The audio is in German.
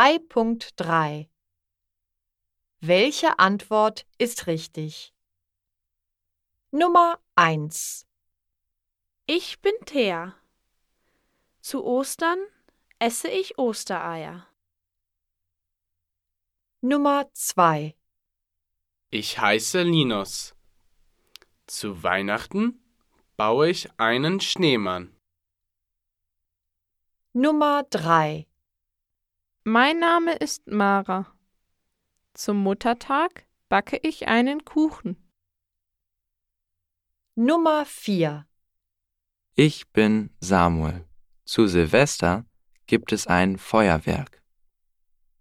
3.3 Welche Antwort ist richtig? Nummer 1 Ich bin Thea. Zu Ostern esse ich Ostereier. Nummer 2 Ich heiße Linus. Zu Weihnachten baue ich einen Schneemann. Nummer 3 Mein Name ist Mara. Zum Muttertag backe ich einen Kuchen. Nummer 4 Ich bin Samuel. Zu Silvester gibt es ein Feuerwerk.